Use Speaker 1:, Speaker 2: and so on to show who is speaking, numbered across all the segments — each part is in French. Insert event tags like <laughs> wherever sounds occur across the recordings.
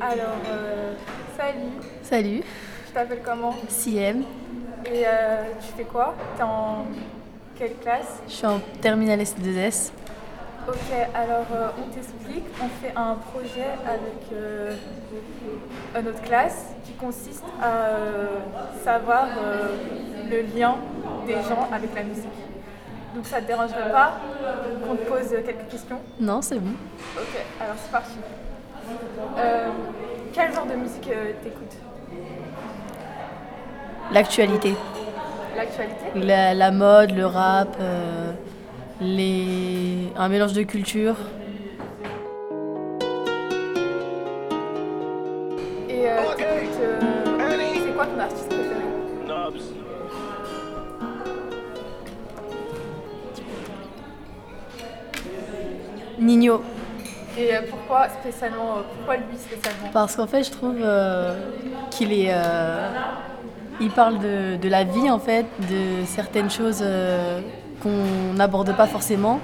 Speaker 1: Alors, euh, salut,
Speaker 2: Salut,
Speaker 1: tu t'appelles comment
Speaker 2: CM,
Speaker 1: Et euh, tu fais quoi T'es en quelle classe
Speaker 2: je suis en terminale S2S.
Speaker 1: Ok, alors euh, on t'explique, on fait un projet avec euh, euh, notre classe qui consiste à euh, savoir euh, le lien des gens avec la musique. Donc ça te dérangerait pas qu'on te pose quelques questions
Speaker 2: Non, c'est bon.
Speaker 1: Ok, alors c'est parti. Euh, quel genre de musique euh, t'écoutes
Speaker 2: L'actualité,
Speaker 1: L'actualité
Speaker 2: la, la mode, le rap, euh, les... un mélange de cultures.
Speaker 1: Et euh, t'écoutes, euh, c'est quoi ton artiste préféré
Speaker 2: Nino,
Speaker 1: Et euh, pourquoi spécialement euh, Pourquoi lui spécialement
Speaker 2: parce qu'en fait, je trouve euh, qu'il est. euh, il parle de, de la vie, en fait, de certaines choses euh, qu'on n'aborde pas forcément.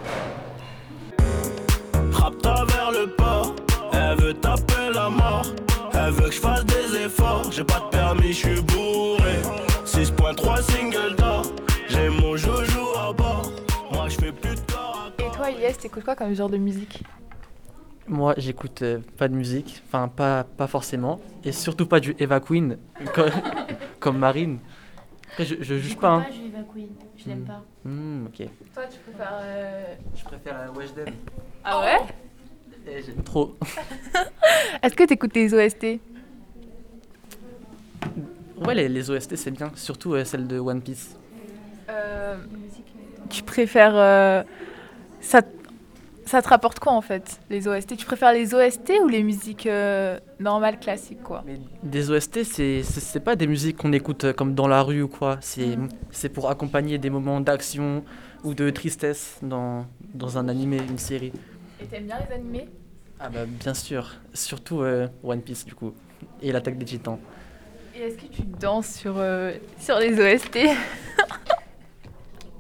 Speaker 3: Rappe-toi vers le port, elle veut taper la mort. Elle veut que je fasse des efforts, j'ai pas de permis, je suis bourré. 6.3 single d'or, j'ai mon joujou à bord. Moi je fais plus de corps à corps.
Speaker 1: Et toi, Ilyes, t'écoutes quoi comme genre de musique
Speaker 4: Moi, j'écoute euh, pas de musique, enfin pas, pas forcément, et surtout pas du Eva Queen <laughs> comme, comme Marine. Après, je, je juge pas. Hein.
Speaker 5: je je l'aime
Speaker 4: l'aime Hmm.
Speaker 5: pas.
Speaker 4: Hmm, ok.
Speaker 1: Toi, tu euh, préfères.
Speaker 4: Je préfère euh, Weshden.
Speaker 1: Ah ouais
Speaker 4: Et j'aime <laughs> trop.
Speaker 1: Est-ce que t'écoutes les OST
Speaker 4: Ouais, les, les OST c'est bien, surtout euh, celle de One Piece.
Speaker 1: Euh, Tu préfères. euh, ça, ça te rapporte quoi en fait, les OST Tu préfères les OST ou les musiques euh, normales, classiques quoi
Speaker 4: Mais des OST, c'est- c'est c'est pas des musiques qu'on écoute euh, comme dans la rue ou quoi. C'est
Speaker 1: Mhm.
Speaker 4: c'est pour accompagner des moments d'action ou de tristesse dans, dans un animé, une série.
Speaker 1: Et t'aimes bien les animés
Speaker 4: Ah bah bien sûr, surtout euh, One Piece du coup, et l'attaque des titans.
Speaker 1: Et est-ce que tu danses sur, euh, sur les OST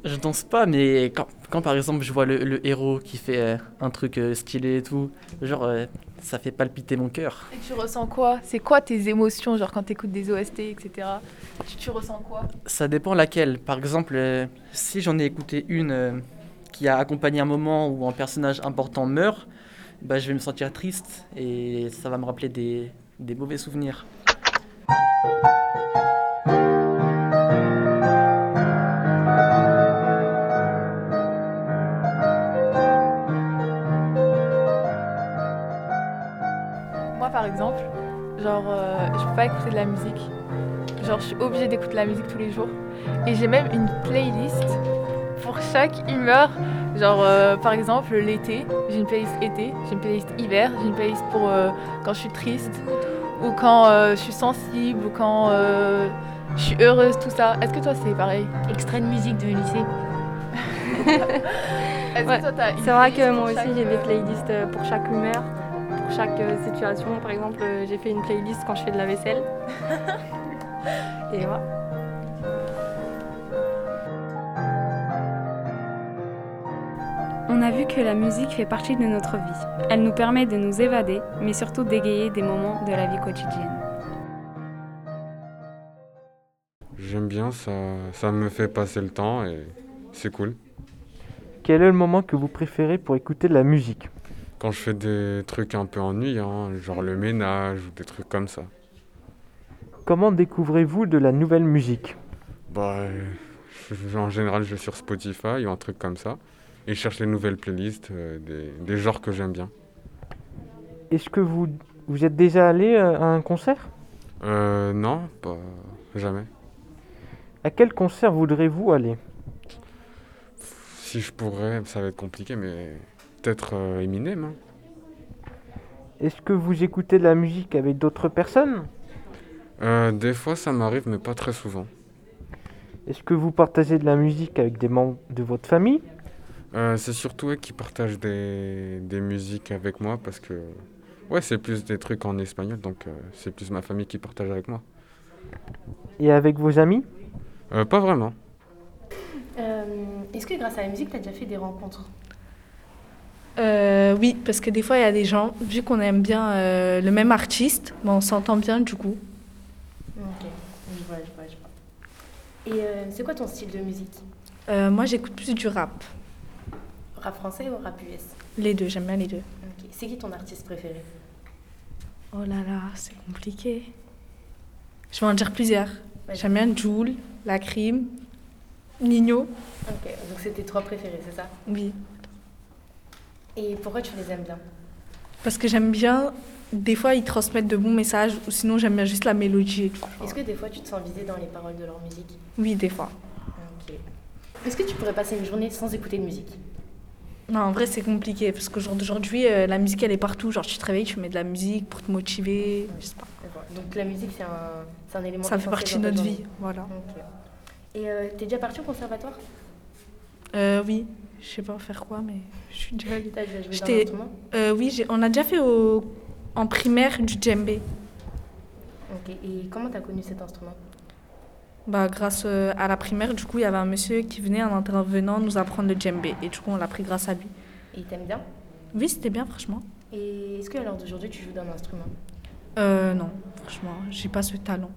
Speaker 4: Je danse pas, mais quand, quand, par exemple je vois le, le héros qui fait euh, un truc euh, stylé et tout, genre euh, ça fait palpiter mon cœur.
Speaker 1: Et tu ressens quoi C'est quoi tes émotions, genre quand t'écoutes des OST, etc. Tu, tu ressens quoi
Speaker 4: Ça dépend laquelle. Par exemple, euh, si j'en ai écouté une euh, qui a accompagné un moment où un personnage important meurt, bah, je vais me sentir triste et ça va me rappeler des, des mauvais souvenirs.
Speaker 1: Moi, par exemple, genre, euh, je peux pas écouter de la musique. Genre, je suis obligée d'écouter de la musique tous les jours. Et j'ai même une playlist pour chaque humeur. Genre, euh, par exemple, l'été, j'ai une playlist été, j'ai une playlist hiver, j'ai une playlist pour euh, quand je suis triste, ou quand euh, je suis sensible, ou quand euh, je suis heureuse, tout ça. Est-ce que toi, c'est pareil
Speaker 5: Extrait de musique de lycée.
Speaker 1: Est-ce
Speaker 6: Ouais.
Speaker 1: que toi, t'as une
Speaker 6: C'est vrai
Speaker 1: playlist
Speaker 6: que
Speaker 1: pour
Speaker 6: moi aussi
Speaker 1: chaque,
Speaker 6: j'ai des
Speaker 1: euh,
Speaker 6: playlists euh, pour chaque humeur, pour chaque euh, situation. Par exemple, euh, j'ai fait une playlist quand je fais de la
Speaker 5: <laughs>
Speaker 6: vaisselle. Et voilà.
Speaker 7: On a vu que la musique fait partie de notre vie. Elle nous permet de nous évader, mais surtout d'égayer des moments de la vie quotidienne.
Speaker 8: J'aime bien, ça, ça me fait passer le temps et c'est cool.
Speaker 9: Quel est le moment que vous préférez pour écouter de la musique
Speaker 8: Quand je fais des trucs un peu ennuyants, genre le ménage ou des trucs comme ça.
Speaker 9: Comment découvrez-vous de la nouvelle musique
Speaker 8: Bah, euh, je- en général, je vais sur Spotify ou un truc comme ça et je cherche les nouvelles playlists euh, des, des genres que j'aime bien.
Speaker 9: Est-ce que vous, vous êtes déjà allé euh, à un concert
Speaker 8: Euh, non, pas jamais.
Speaker 9: À quel concert voudrez-vous aller
Speaker 8: Si je pourrais, ça va être compliqué, mais peut-être euh, Eminem. hein.
Speaker 9: Est-ce que vous écoutez de la musique avec d'autres personnes
Speaker 8: Euh, des fois, ça m'arrive, mais pas très souvent.
Speaker 9: Est-ce que vous partagez de la musique avec des membres de votre famille
Speaker 8: Euh, c'est surtout eux qui partagent des, des musiques avec moi parce que ouais c'est plus des trucs en espagnol donc euh, c'est plus ma famille qui partage avec moi.
Speaker 9: et avec vos amis
Speaker 8: Euh, pas vraiment.
Speaker 5: Est-ce que grâce à la musique, t'as déjà fait des rencontres
Speaker 1: Euh, oui, parce que des fois, il y a des gens, vu qu'on aime bien euh, le même artiste, ben, on s'entend bien du coup.
Speaker 5: Ok, je vois, je vois, je vois. Et euh, c'est quoi ton style de musique
Speaker 1: Euh, moi, j'écoute plus du rap.
Speaker 5: Rap français ou rap US
Speaker 1: Les deux, j'aime bien les deux.
Speaker 5: Ok. C'est qui ton artiste préféré
Speaker 1: Oh là là, c'est compliqué. Je vais en dire plusieurs. J'aime bien Joule, Lacrim, Nino.
Speaker 5: Ok, donc c'est tes trois préférés, c'est ça
Speaker 1: Oui.
Speaker 5: Et pourquoi tu les aimes bien
Speaker 1: Parce que j'aime bien, des fois, ils transmettent de bons messages, ou sinon, j'aime bien juste la mélodie et tout.
Speaker 5: Est-ce que des fois tu te sens visée dans les paroles de leur musique
Speaker 1: Oui, des fois.
Speaker 5: Ok. Est-ce que tu pourrais passer une journée sans écouter de musique
Speaker 1: Non, en vrai, c'est compliqué parce qu'aujourd'hui, euh, la musique, elle est partout. Genre, tu te réveilles, tu mets de la musique pour te motiver. Je sais pas.
Speaker 5: Donc la musique, c'est un, c'est un élément
Speaker 1: Ça fait
Speaker 5: essentiel
Speaker 1: partie
Speaker 5: dans
Speaker 1: de
Speaker 5: ta
Speaker 1: notre
Speaker 5: journée.
Speaker 1: vie, voilà.
Speaker 5: Ok. Et euh, t'es déjà partie au conservatoire
Speaker 1: Euh, oui, je sais pas faire quoi, mais je suis déjà allée.
Speaker 5: T'as déjà joué d'un
Speaker 1: J'étais-
Speaker 5: instrument
Speaker 1: Euh, oui, j'ai- on a déjà fait au- en primaire du djembé.
Speaker 5: Ok. Et comment t'as connu cet instrument
Speaker 1: Bah, grâce euh, à la primaire, du coup, il y avait un monsieur qui venait, un intervenant, nous apprendre le djembé. Et du coup, on l'a pris grâce à lui.
Speaker 5: Et t'aimes bien
Speaker 1: Oui, c'était bien, franchement.
Speaker 5: Et est-ce qu'à l'heure d'aujourd'hui, tu joues d'un instrument
Speaker 1: Euh, non, franchement, j'ai pas ce talent.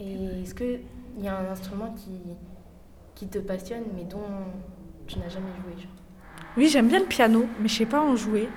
Speaker 5: Et est-ce qu'il y a un instrument qui, qui te passionne mais dont tu n'as jamais joué genre
Speaker 1: Oui, j'aime bien le piano, mais je sais pas en jouer.